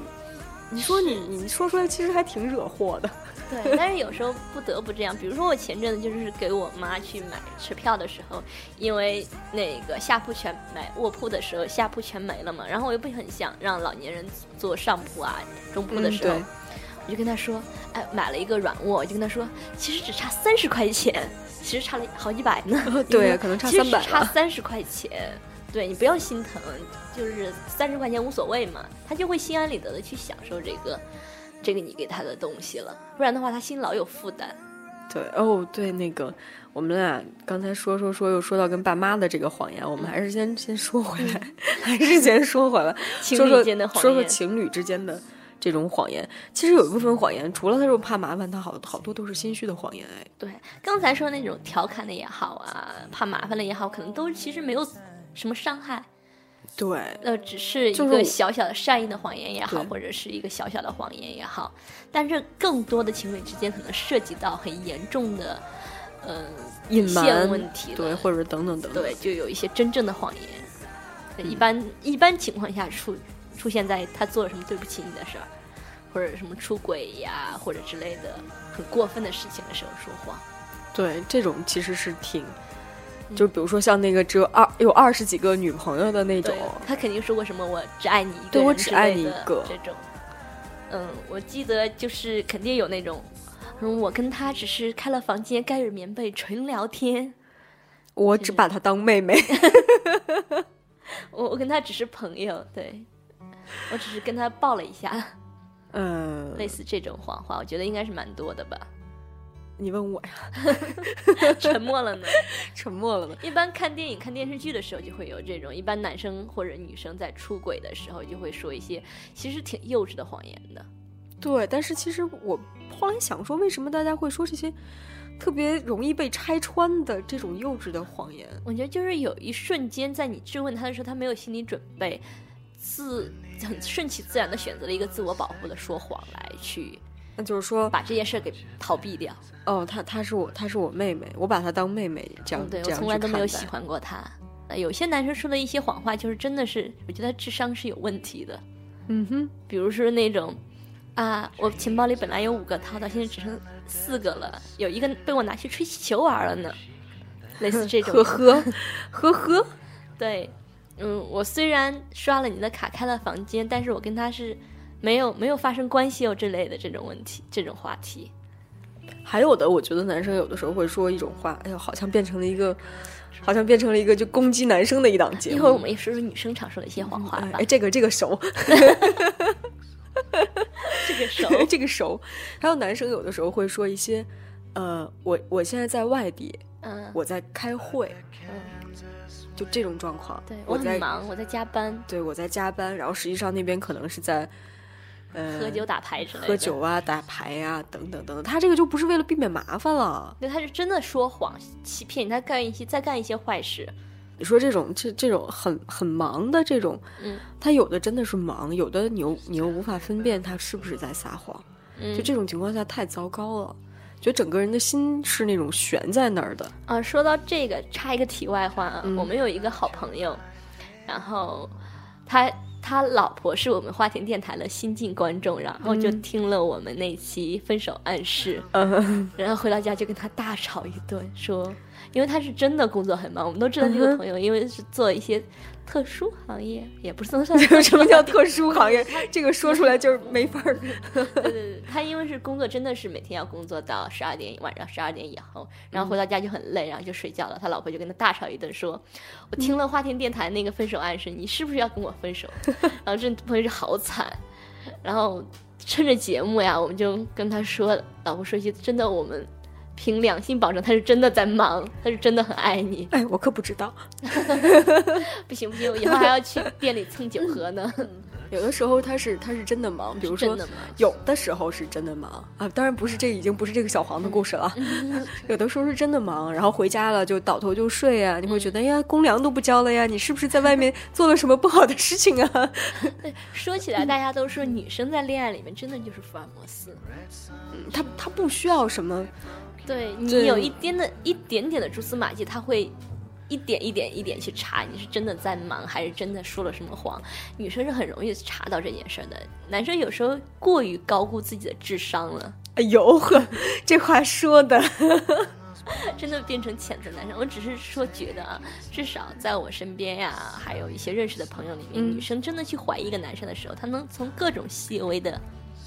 Speaker 4: 你说你你说出来其实还挺惹祸的。
Speaker 3: 对，但是有时候不得不这样。比如说我前阵子就是给我妈去买车票的时候，因为那个下铺全买卧铺的时候下铺全没了嘛，然后我又不很想让老年人坐上铺啊、中铺的
Speaker 4: 嗯
Speaker 3: 时候，
Speaker 4: 对。
Speaker 3: 我就跟她说，哎，买了一个软卧，我就跟她说，其实只差三十块钱，其实差了好几百呢
Speaker 4: 哦对
Speaker 3: 因为
Speaker 4: 可能差
Speaker 3: 其实只
Speaker 4: 300
Speaker 3: 差
Speaker 4: 了
Speaker 3: 三十块钱。对你不要心疼，就是三十块钱无所谓嘛，他就会心安理得的去享受这个这个你给他的东西了，不然的话他心老有负担。
Speaker 4: 对，哦，对，那个我们俩刚才说说说又说到跟爸妈的这个谎言，我们还是先先说回来，还是先说回来，
Speaker 3: 嗯 情
Speaker 4: 说
Speaker 3: 侣
Speaker 4: 说
Speaker 3: 间的谎
Speaker 4: 说说
Speaker 3: 言
Speaker 4: 情侣之间的这种谎言。其实有一部分谎言，除了他说怕麻烦，他好好多都是心虚的谎言。哎，
Speaker 3: 对，刚才说那种调侃的也好啊，怕麻烦的也好，可能都其实没有什么伤害，
Speaker 4: 对，
Speaker 3: 呃，只是一
Speaker 4: 就是我
Speaker 3: 个小小的善意的谎言也好，
Speaker 4: 对
Speaker 3: 或者是一个小小的谎言也好，但是更多的情侣之间可能涉及到很严重的，呃，
Speaker 4: 隐
Speaker 3: 底线
Speaker 4: 瞒
Speaker 3: 问题了
Speaker 4: 对，或者嗯是等等等等。
Speaker 3: 对，就有一些真正的谎言。对一般一般情况下出出现在他做了什么对不起你的事儿，或者什么出轨呀，或者之类的很过分的事情的时候说谎。
Speaker 4: 对，这种其实是挺，
Speaker 3: 嗯
Speaker 4: 就比如说像那个只有二有二十几个女朋友的那种
Speaker 3: 对，，他肯定说过什么“我只爱你一个人”
Speaker 4: 对我只爱你一
Speaker 3: 之类的
Speaker 4: 个
Speaker 3: 这种。嗯，我记得就是肯定有那种，嗯，我跟他只是开了房间，盖着棉被纯聊天，
Speaker 4: 我
Speaker 3: 嗯
Speaker 4: 只把她当妹妹。
Speaker 3: 我我跟他只是朋友，对我只是跟他抱了一下，
Speaker 4: 嗯，
Speaker 3: 类似这种谎话，我觉得应该是蛮多的吧。
Speaker 4: 你问我呀，
Speaker 3: 沉默了呢。
Speaker 4: 沉默了呢。
Speaker 3: 一般看电影、看电视剧的时候就会有这种，一般男生或者女生在出轨的时候就会说一些其实挺幼稚的谎言的。
Speaker 4: 对，但是其实我后来想说，为什么大家会说这些特别容易被拆穿的这种幼稚的谎言？
Speaker 3: 我觉得就是有一瞬间，在你质问他的时候，他没有心理准备，自很顺其自然的选择了一个自我保护的说谎来去
Speaker 4: 那就是说，
Speaker 3: 把这件事给逃避掉。
Speaker 4: 哦，她她是我，她是我妹妹，我把她当妹妹这样，
Speaker 3: 嗯，对
Speaker 4: 这
Speaker 3: 我
Speaker 4: 样
Speaker 3: 从
Speaker 4: 去
Speaker 3: 来都没
Speaker 4: 看
Speaker 3: 有
Speaker 4: 待
Speaker 3: 喜。欢过他。呃有些男生说的一些谎话，就是真的是，我觉得智商是有问题的。
Speaker 4: 嗯哼，
Speaker 3: 比如说那种啊，我钱包里本来有五个套的，现在只剩四个了，有一个被我拿去吹气球玩了呢，类似这种。
Speaker 4: 呵呵呵呵，
Speaker 3: 对，嗯，我虽然刷了你的卡，开了房间，但是我跟他是没有没有发生关系哦之类的这种问题，这种话题。
Speaker 4: 还有的，我觉得男生有的时候会说一种话，哎呦，好像变成了一个，好像变成了一个就攻击男生的一档节目。哎
Speaker 3: 一会儿我们也说说女生常说的一些谎话吧
Speaker 4: 哎，。这个这个熟，
Speaker 3: 这个熟
Speaker 4: 这个熟。还有男生有的时候会说一些，呃，我我现在在外地，
Speaker 3: 嗯，
Speaker 4: 我在开会，就这种状况。
Speaker 3: 对我
Speaker 4: 我
Speaker 3: 很
Speaker 4: 在
Speaker 3: 忙，我在加班，
Speaker 4: 对我在加班，然后实际上那边可能是在，呃，
Speaker 3: 喝酒、打牌之类的。
Speaker 4: 喝酒啊、打牌呀、等等等等。他这个就不是为了避免麻烦了。
Speaker 3: 对，他是真的说谎欺骗你，他干一些再干一些坏事。
Speaker 4: 你说这种这这种很很忙的这种，
Speaker 3: 嗯，
Speaker 4: 他有的真的是忙，有的你又你又无法分辨他是不是在撒谎。
Speaker 3: 嗯
Speaker 4: 就这种情况下太糟糕了，觉得整个人的心是那种悬在那儿的。
Speaker 3: 啊，说到这个，插一个题外话啊，
Speaker 4: 嗯
Speaker 3: 我们有一个好朋友，然后他他老婆是我们花田电台的新晋观众，然后就听了我们那期分手暗示，
Speaker 4: 嗯，
Speaker 3: 然后回到家就跟他大吵一顿，说因为他是真的工作很忙。我们都知道这
Speaker 4: 嗯
Speaker 3: 个
Speaker 4: 哼
Speaker 3: 朋友，因为是做一些特殊行业，也不是 能算
Speaker 4: 什么叫特殊 行业？这个说出来就是没法儿。
Speaker 3: 对对对，他因为是工作，真的是每天要工作到十二点，晚上十二点以后，然后回到家就很累，然后就睡觉了。他老婆就跟他大吵一顿，说：“我听了花田电台那个分手暗示，你是不是要跟我分手？” 然后这朋友就好惨，然后趁着节目呀，我们就跟他说，老婆说一些真的我们。凭良心保证，他是真的在忙，他是真的很爱你。
Speaker 4: 哎，我可不知道。
Speaker 3: 不行不行，我以后还要去店里蹭酒喝 呢。
Speaker 4: 有的时候他是他是真的忙，比如
Speaker 3: 真
Speaker 4: 说
Speaker 3: 的忙
Speaker 4: 有的时候是真的忙啊，当然不是这已经不是这个小黄的故事了， 有的时候是真的忙，然后回家了就倒头就睡啊，你会觉得哎呀公粮都不交了呀，你是不是在外面做了什么不好的事情啊？
Speaker 3: 说起来，大家都说女生在恋爱里面真的就是福尔摩斯。
Speaker 4: 他他不需要什么，
Speaker 3: 对你
Speaker 4: 对
Speaker 3: 有一点的一点点的蛛丝马迹，他会一点一点一点去查你是真的在忙，还是真的说了什么谎。女生是很容易查到这件事儿的，男生有时候过于高估自己的智商 了，
Speaker 4: 哎呦呵，这话说的，
Speaker 3: 真的变成谴责男生。我只是说觉得啊，至少在我身边呀，还有一些认识的朋友里面，
Speaker 4: 嗯
Speaker 3: 女生真的去怀疑一个男生的时候，她能从各种细微的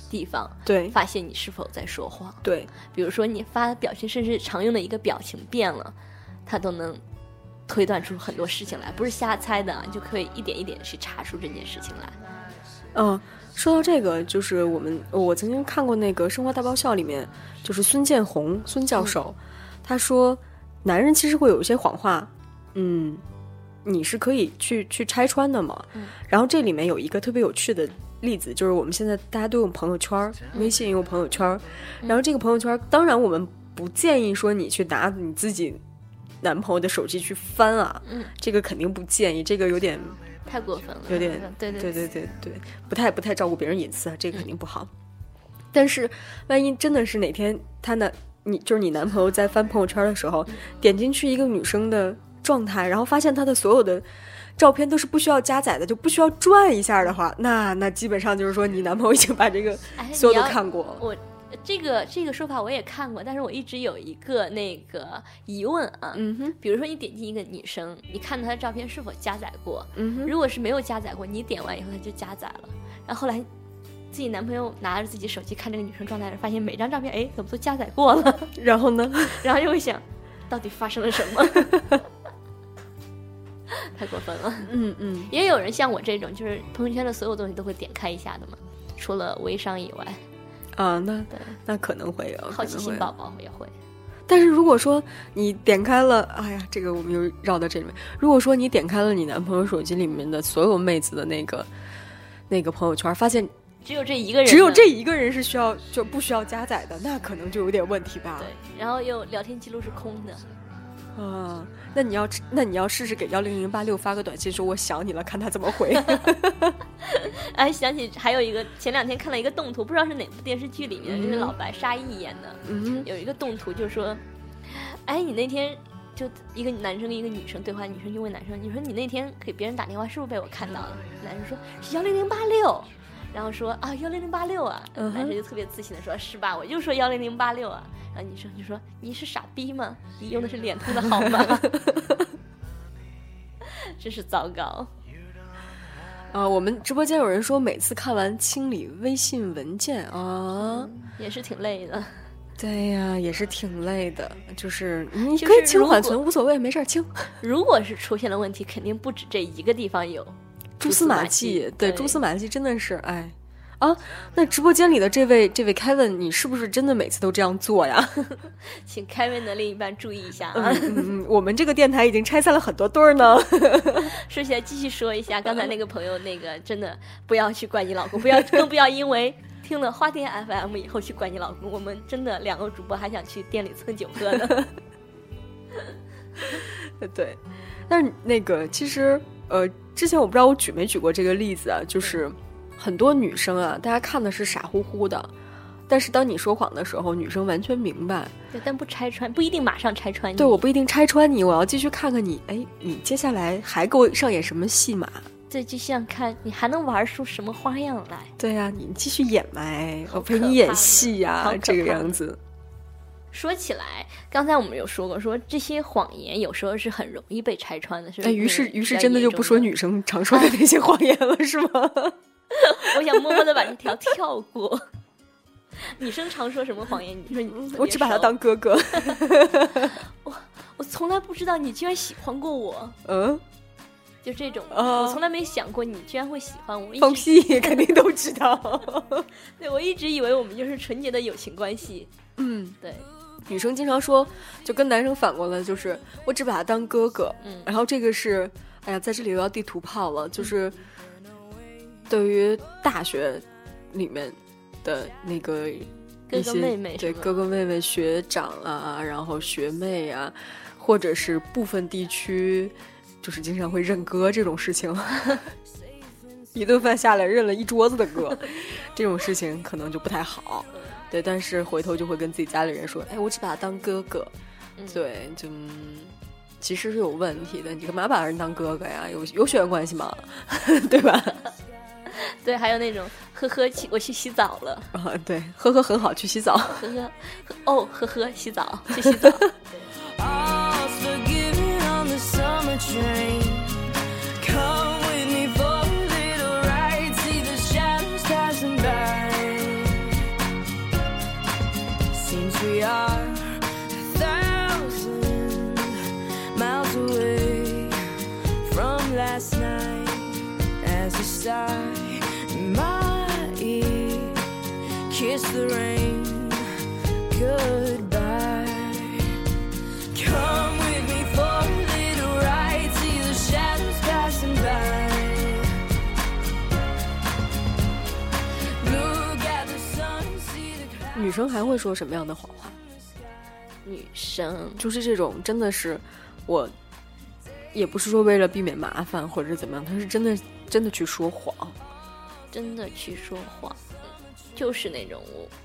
Speaker 3: 地方
Speaker 4: 对
Speaker 3: 发现你是否在说谎。
Speaker 4: 对，
Speaker 3: 比如说你发的表情，甚至常用的一个表情变了，他都能推断出很多事情来，不是瞎猜的，啊，你就可以一点一点去查出这件事情来。
Speaker 4: 嗯，说到这个，就是我们我曾经看过那个《生活大爆笑》里面，就是孙建宏孙教授，他说，男人其实会有一些谎话，嗯，你是可以去去拆穿的嘛。然后这里面有一个特别有趣的例子，就是我们现在大家都用朋友圈儿，微信用朋友圈儿，然后这个朋友圈儿，当然我们不建议说你去拿你自己。男朋友的手机去翻啊，
Speaker 3: 嗯
Speaker 4: 这个肯定不建议，这个有点
Speaker 3: 太过分了，
Speaker 4: 有点
Speaker 3: 嗯对
Speaker 4: 对
Speaker 3: 对
Speaker 4: 对对对，不太不太照顾别人隐私啊，这个肯定不好。
Speaker 3: 嗯
Speaker 4: 但是万一真的是哪天他呢，你就是你男朋友在翻朋友圈的时
Speaker 3: 嗯
Speaker 4: 候，点进去一个女生的状态，然后发现她的所有的。照片都是不需要加载的，就不需要转一下的话，那那基本上就是说你男朋友已经把这个
Speaker 3: 哎
Speaker 4: 所有
Speaker 3: 你
Speaker 4: 都
Speaker 3: 要
Speaker 4: 看过了。
Speaker 3: 我这个这个说法我也看过，但是我一直有一个那个疑问啊，
Speaker 4: 嗯哼，
Speaker 3: 比如说你点进一个女生，你看她的照片是否加载过，
Speaker 4: 嗯哼，
Speaker 3: 如果是没有加载过，你点完以后它就加载了，然后后来自己男朋友拿着自己手机看这个女生状态时，发现每张照片哎怎么都加载过了。
Speaker 4: 然后呢？
Speaker 3: 然后又会想，到底发生了什么？ 太过分了！
Speaker 4: 嗯嗯，
Speaker 3: 也有人像我这种，就是朋友圈的所有东西都会点开一下的嘛，除了微商以外，
Speaker 4: 啊，那
Speaker 3: 对，
Speaker 4: 那可能会啊有
Speaker 3: 好奇心。
Speaker 4: 可能会有
Speaker 3: 宝宝也会。
Speaker 4: 但是如果说你点开了，哎呀，这个我们又绕到这里面。如果说你点开了你男朋友手机里面的所有妹子的那个那个朋友圈，发现
Speaker 3: 只有这一个人，
Speaker 4: 只有这。一个人是需要就不需要加载的，那可能就有点问题吧
Speaker 3: 对。，然后又聊天记录是空的，
Speaker 4: 啊，那你要那你要试试给幺零零八六发个短信说我想你了，看他怎么 回。
Speaker 3: 哎，想起还有一个，前两天看了一个动图，不知道是哪部电视剧里面，就是老白沙溢演的，
Speaker 4: 嗯，
Speaker 3: 有一个动图就说，哎，你那天就一个男生跟一个女生对话，女生就问男生，你说你那天给别人打电话是不是被我看到了？男生说是幺零零八六，然后说啊幺零零八六啊，
Speaker 4: 嗯哼
Speaker 3: 男生就特别自信的说是吧，我就说幺零零八六啊，然后女生就说你是傻逼吗？你用的是联通的号 码， 真是糟糕。
Speaker 4: 啊，我们直播间有人说每次看完清理微信文件啊，
Speaker 3: 也是挺累的，
Speaker 4: 对呀、也是挺累的，就是你
Speaker 3: 就
Speaker 4: 可以
Speaker 3: 是
Speaker 4: 清
Speaker 3: 如
Speaker 4: 缓
Speaker 3: 果
Speaker 4: 存，无所谓，没事儿清。
Speaker 3: 如果是出现了问题，肯定不止这一个地方有。
Speaker 4: 蛛
Speaker 3: 丝
Speaker 4: 丝
Speaker 3: 马
Speaker 4: 马
Speaker 3: 迹
Speaker 4: 迹，
Speaker 3: 对
Speaker 4: 对，蛛丝马迹真的是，哎，啊，那直播间里的这位这位 Kevin，你是不是真的每次都这样做呀？
Speaker 3: 请凯文的另一半注意一下啊！
Speaker 4: 嗯， 嗯我们这个电台已经拆散了很多对儿呢。
Speaker 3: 说起来，继续说一下刚才那个朋友，那个真的不要去怪你老公，不要 更不要因为听了花店 FM 以后去怪你老公。我们真的两个主播还想去店里蹭酒喝呢。
Speaker 4: 对，但是那个其实，呃，之前我不知道我举没举过这个例子啊，就是很多女生啊，大家看的是傻乎乎的，但是当你说谎的时候，女生完全明白，
Speaker 3: 对，但不拆穿不一定马上拆穿你。
Speaker 4: 对，我不一定拆穿你，我要继续看看你，哎，你接下来还给我上演什么戏码？
Speaker 3: 这就像看你还能玩出什么花样来。
Speaker 4: 啊对呀、你继续演呗，
Speaker 3: 好
Speaker 4: 我陪
Speaker 3: 可
Speaker 4: 你演
Speaker 3: 怕呀
Speaker 4: 戏呀、啊
Speaker 3: 好可
Speaker 4: 这个
Speaker 3: 怕
Speaker 4: 样子。
Speaker 3: 说起来，刚才我们有说过，说这些谎言有时候是很容易被拆穿的，是
Speaker 4: 哎，于是
Speaker 3: 嗯
Speaker 4: 于
Speaker 3: 比
Speaker 4: 是
Speaker 3: 较
Speaker 4: 真的
Speaker 3: 严
Speaker 4: 就
Speaker 3: 重
Speaker 4: 不说女生常说的那些谎言了， 是吗？
Speaker 3: 我想默默的把这条跳过。 女生常说什么谎言？你说你特别
Speaker 4: 我只把他
Speaker 3: 熟
Speaker 4: 当 哥哥。
Speaker 3: 我从来不知道你居然喜欢过我，
Speaker 4: 嗯，
Speaker 3: 就这种，
Speaker 4: 哦
Speaker 3: 我从来没想过你居然会喜欢我。我一
Speaker 4: 放
Speaker 3: 直
Speaker 4: 屁，肯定都知道。
Speaker 3: 对我一直以为我们就是纯洁的友情关系。
Speaker 4: 嗯，
Speaker 3: 对，
Speaker 4: 女生经常说，就跟男生反过来，就是我只把他当哥哥。
Speaker 3: 嗯
Speaker 4: 然后这个是，哎呀，在这里又要地图炮了，就是
Speaker 3: 嗯
Speaker 4: 对于大学里面的那个
Speaker 3: 哥
Speaker 4: 一
Speaker 3: 哥
Speaker 4: 些
Speaker 3: 妹妹
Speaker 4: 对
Speaker 3: 什么
Speaker 4: 哥哥妹妹、学长啊，然后学妹啊，或者是部分地区，就是经常会认哥这种事情。 一顿饭下来认了一桌子的 哥，这种事情可能就不太好。对，但是回头就会跟自己家里人说：“哎，我只把他当哥哥。
Speaker 3: 嗯
Speaker 4: 对，就嗯其实是有问题的。你干嘛把人当哥哥呀？有有血缘关系吗？ 对吧？
Speaker 3: 对，还有那种呵呵，去我去洗澡了，
Speaker 4: 啊，对，呵呵，很好，去洗澡。
Speaker 3: 呵呵，呵哦呵呵，洗澡去洗 澡。
Speaker 5: All's forgiven on the summer train. Come with me for a little ride, see the shadows passing by. Seems we are a thousand miles away from last night. As a sigh in my ear, kiss the rain goodbye. Come with me for a little ride, see the shadows passing by. Look at the sun, see the clouds.
Speaker 4: 女生还会说什么样的谎话？
Speaker 3: 女生
Speaker 4: 就是这种，真的是我，也不是说为了避免麻烦或者是怎么样，他是真的真的去说谎。
Speaker 3: 真的去说谎，就是那种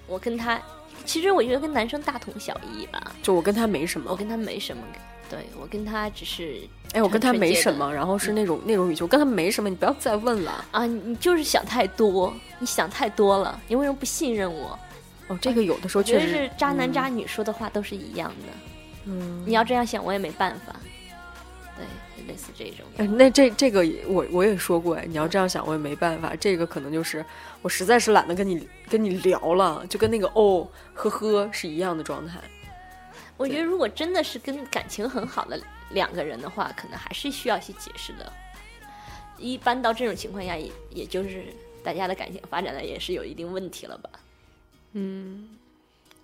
Speaker 3: 我我跟他，其实我觉得跟男生大同小异吧，
Speaker 4: 就我跟他没什
Speaker 3: 我
Speaker 4: 么，
Speaker 3: 跟他没什么，对我跟他只是
Speaker 4: 哎，我跟他
Speaker 3: 很纯
Speaker 4: 没
Speaker 3: 洁
Speaker 4: 什
Speaker 3: 的嗯
Speaker 4: 么，然后是那种那种语气，我跟他没什么，你不要再问了。
Speaker 3: 啊，你你就是想太多，你想太多了，你为什么不信任我？
Speaker 4: 哦，这个有的时候
Speaker 3: 我觉
Speaker 4: 确
Speaker 3: 得
Speaker 4: 实嗯
Speaker 3: 是渣男渣女说的话都是一样的，嗯，你要这样想我也没办法，对，类似这种，
Speaker 4: 哎，那这这个也我我也说过，哎，你要这样想，我也没办法。这个可能就是我实在是懒得跟你跟你聊了，就跟那个哦呵呵是一样的状态。
Speaker 3: 我觉得如果真的是跟感情很好的两个人的话，可能还是需要一些解释的。一般到这种情况下，也也就是大家的感情发展的也是有一定问题了吧？
Speaker 4: 嗯，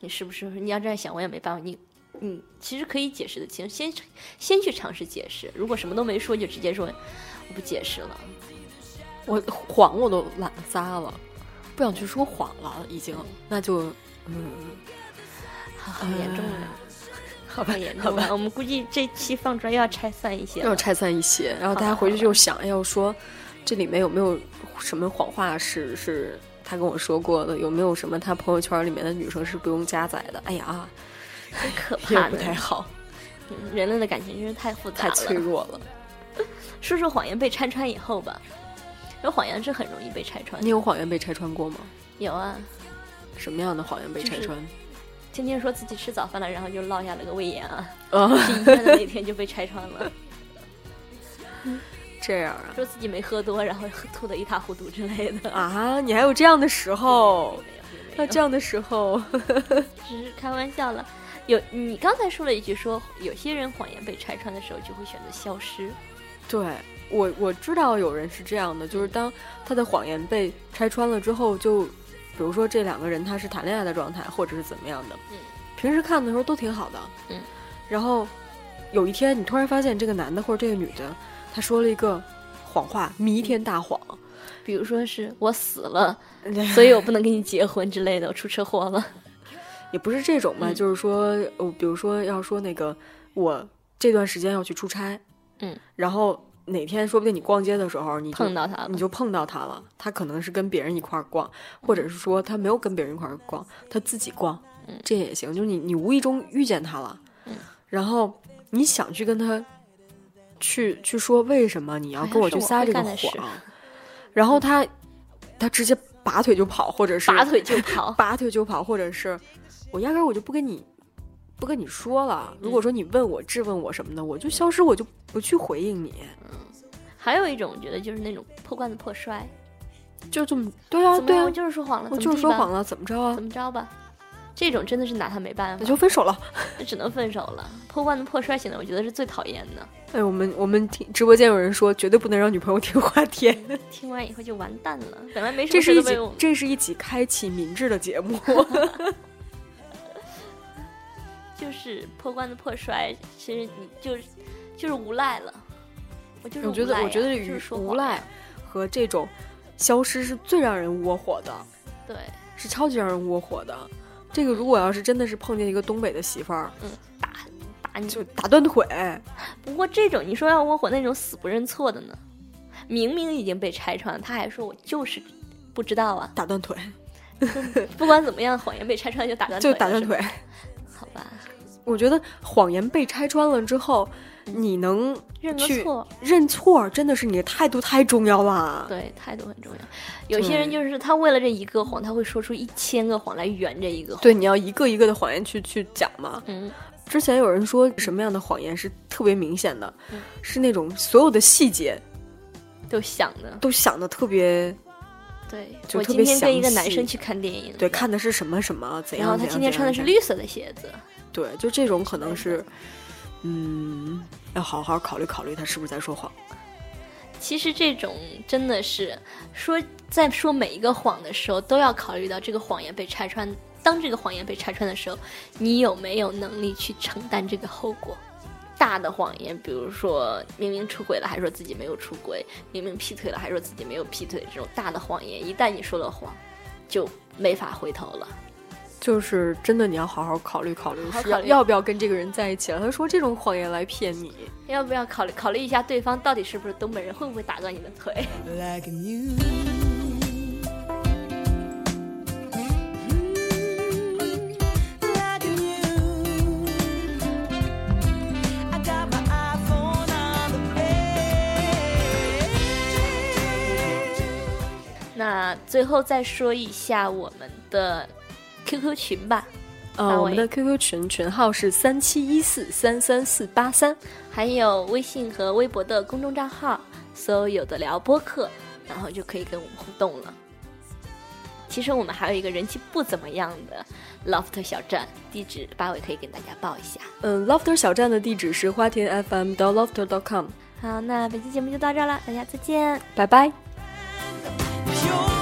Speaker 3: 你是不是你要这样想，我也没办法。你你其实可以解释的清，先先去尝试解释。如果什么都没说，就直接说我不解释了。
Speaker 4: 我谎我都懒得撒了，不想去说谎了，已经。那就
Speaker 3: 好好严重啊！
Speaker 4: 好吧
Speaker 3: 太，严重啊了，我们估计这期放出来又要拆散一些
Speaker 4: 要
Speaker 3: 了。
Speaker 4: 拆散一些，然后大
Speaker 3: 好
Speaker 4: 家
Speaker 3: 了
Speaker 4: 回去
Speaker 3: 好
Speaker 4: 就想，哎呦，说这里面有没有什么谎话是是他跟我说过的，有没有什么他朋友圈里面的女生是不用加载的？哎呀，
Speaker 3: 真可
Speaker 4: 这
Speaker 3: 怕
Speaker 4: 个不
Speaker 3: 的，嗯
Speaker 4: 太好，
Speaker 3: 人类的感情真是太复杂
Speaker 4: 太
Speaker 3: 了，
Speaker 4: 脆弱了。
Speaker 3: 说说谎言被拆穿以后吧，有谎言是很容易被拆穿
Speaker 4: 你。有谎言被拆穿过吗？
Speaker 3: 有啊，
Speaker 4: 什么样的谎言被拆穿？
Speaker 3: 天天说自己吃早饭了，然后就落下了个胃炎啊，
Speaker 4: 啊，
Speaker 3: 第一天的那天就被拆穿了，
Speaker 4: 这样啊
Speaker 3: 说自己没喝多，然后吐得一塌糊涂之类的。
Speaker 4: 啊！你还有这样的时候？
Speaker 3: 没有，没有
Speaker 4: 哦那这样的时候，
Speaker 3: 只是开玩笑了。有你刚才说了一句说，有些人谎言被拆穿的时候就会选择消失。
Speaker 4: 对我我知道有人是这样的，就是当他的谎言被拆穿了之后，就比如说这两个人他是谈恋爱的状态，或者是怎么样的，
Speaker 3: 嗯
Speaker 4: 平时看的时候都挺好的，
Speaker 3: 嗯，
Speaker 4: 然后有一天你突然发现这个男的或者这个女的，他说了一个谎话，弥天大谎，
Speaker 3: 比如说是我死 了，所以我不能跟你结婚之类的，我出车祸了。
Speaker 4: 也不是这种吧，
Speaker 3: 嗯
Speaker 4: 就是说，呃，比如说要说那个我这段时间要去出差，
Speaker 3: 嗯，
Speaker 4: 然后哪天说不定你逛街的时候你就
Speaker 3: 碰到他了
Speaker 4: 你就碰到他了，他可能是跟别人一块儿逛，或者是说他没有跟别人一块儿逛，他自己逛，
Speaker 3: 嗯
Speaker 4: 这也行，就是你你无意中遇见他了，
Speaker 3: 嗯
Speaker 4: 然后你想去跟他去去说为什么你要
Speaker 3: 好像
Speaker 4: 跟我
Speaker 3: 哎是
Speaker 4: 去
Speaker 3: 我
Speaker 4: 撒
Speaker 3: 会
Speaker 4: 这个
Speaker 3: 干的
Speaker 4: 谎
Speaker 3: 事，
Speaker 4: 然后他他直接拔腿就跑，或者是
Speaker 3: 拔腿就跑，
Speaker 4: 拔腿就跑，或者是我压根儿我就不跟你不跟你说
Speaker 3: 嗯
Speaker 4: 了。如果说你问我、质问我什么的，我就消失，我就不去回应你，
Speaker 3: 还有一种，我觉得就是那种破罐子破摔，
Speaker 4: 就这么对啊
Speaker 3: 嗯怎么
Speaker 4: 对
Speaker 3: 了
Speaker 4: 啊
Speaker 3: 我，就是说谎了，怎
Speaker 4: 我
Speaker 3: 么
Speaker 4: 就是
Speaker 3: 地
Speaker 4: 说
Speaker 3: 吧
Speaker 4: 谎，了，怎么着啊
Speaker 3: 怎？么着吧？这种真的是拿他没办
Speaker 4: 那
Speaker 3: 法，
Speaker 4: 就分手了。
Speaker 3: 只能分手了。破罐子破摔型的，我觉得是最讨厌的。
Speaker 4: 哎，我们我们听直播间有人说，绝对不能让女朋友听花 田。
Speaker 3: 听完以后就完蛋了，本来没什
Speaker 4: 这
Speaker 3: 么事
Speaker 4: 是一
Speaker 3: 都
Speaker 4: 起
Speaker 3: 被我们，
Speaker 4: 这是一起开启民智的节 目。
Speaker 3: 就是破罐子破摔，其实你就是就是无赖了。我就是
Speaker 4: 我觉
Speaker 3: 无赖
Speaker 4: 得
Speaker 3: 呀
Speaker 4: 我觉得
Speaker 3: 就
Speaker 4: 与
Speaker 3: 是说
Speaker 4: 无
Speaker 3: 谎
Speaker 4: 赖
Speaker 3: 呀
Speaker 4: 和这种消失是最让人窝火的，
Speaker 3: 对，
Speaker 4: 是超级让人窝火的。这个如果要是真的是碰见一个东北的媳妇儿，
Speaker 3: 打你
Speaker 4: 就打断腿，
Speaker 3: 不过这种你说要窝火那种死不认错的呢，明明已经被拆穿了，他还说我就是不知道啊。
Speaker 4: 打断腿，
Speaker 3: 不管怎么样，谎言被拆穿就打断
Speaker 4: 就
Speaker 3: 腿，
Speaker 4: 打断腿。
Speaker 3: 是吧，好 吧，
Speaker 4: 我觉得谎言被拆穿了之后，你能
Speaker 3: 嗯认个
Speaker 4: 去
Speaker 3: 错，
Speaker 4: 认错，真的是你的态度太重要了。
Speaker 3: 对，态度很重要。有些人就是他为了这一个谎，他会说出一千个谎来圆这一个谎。
Speaker 4: 对，你要一个一个的谎言去去讲嘛。
Speaker 3: 嗯，
Speaker 4: 之前有人说什么样的谎言是特别明显的，
Speaker 3: 嗯
Speaker 4: 是那种所有的细节
Speaker 3: 都想的，
Speaker 4: 都想的特别
Speaker 3: 对
Speaker 4: 就
Speaker 3: 我
Speaker 4: 特
Speaker 3: 今
Speaker 4: 别
Speaker 3: 天跟一个
Speaker 4: 详
Speaker 3: 男生
Speaker 4: 细
Speaker 3: 去看电影，
Speaker 4: 对，看的是什么什么怎
Speaker 3: 然
Speaker 4: 样。
Speaker 3: 后他
Speaker 4: 怎样
Speaker 3: 今天穿的是，
Speaker 4: 怎样
Speaker 3: 绿色的鞋子，
Speaker 4: 怎样对，就这种可能是，嗯，要好好考虑考虑他是不是在说谎。
Speaker 3: 其实这种真的是说，在说每一个谎的时候，都要考虑到这个谎言被拆穿。当这个谎言被拆穿的时候，你有没有能力去承担这个后果？大的谎言，比如说明明出轨了，还说自己没有出轨；明明劈腿了，还说自己没有劈腿。这种大的谎言，一旦你说了谎，就没法回头了。
Speaker 4: 就是真的，你要好好考虑考虑，
Speaker 3: 好好
Speaker 4: 是
Speaker 3: 考
Speaker 4: 要
Speaker 3: 虑
Speaker 4: 要不要跟这个人在一起了。他说这种谎言来骗你，
Speaker 3: 要不要考虑考虑一下对方到底是不是东北人，会不会打断你的腿？
Speaker 5: liking you. Mm-hmm. Liking you. I got my iPhone on the page.
Speaker 3: 那最后再说一下我们的 QQ 群吧。
Speaker 4: 呃，
Speaker 3: 大
Speaker 4: 我们
Speaker 3: 卫
Speaker 4: 的 QQ 群群号是三七一四三三四八三，
Speaker 3: 还有微信和微博的公众账号，搜“有的聊播客”，然后就可以跟我们互动了。其实我们还有一个人气不怎么样的 Loft 小站，地址八尾可以给大家报一下。
Speaker 4: 嗯，Lofter 小站的地址是花田 FM 到 Lofter dot com，
Speaker 3: 好，那本期节目就到这儿了，大家再见。
Speaker 4: 拜拜。
Speaker 5: Pure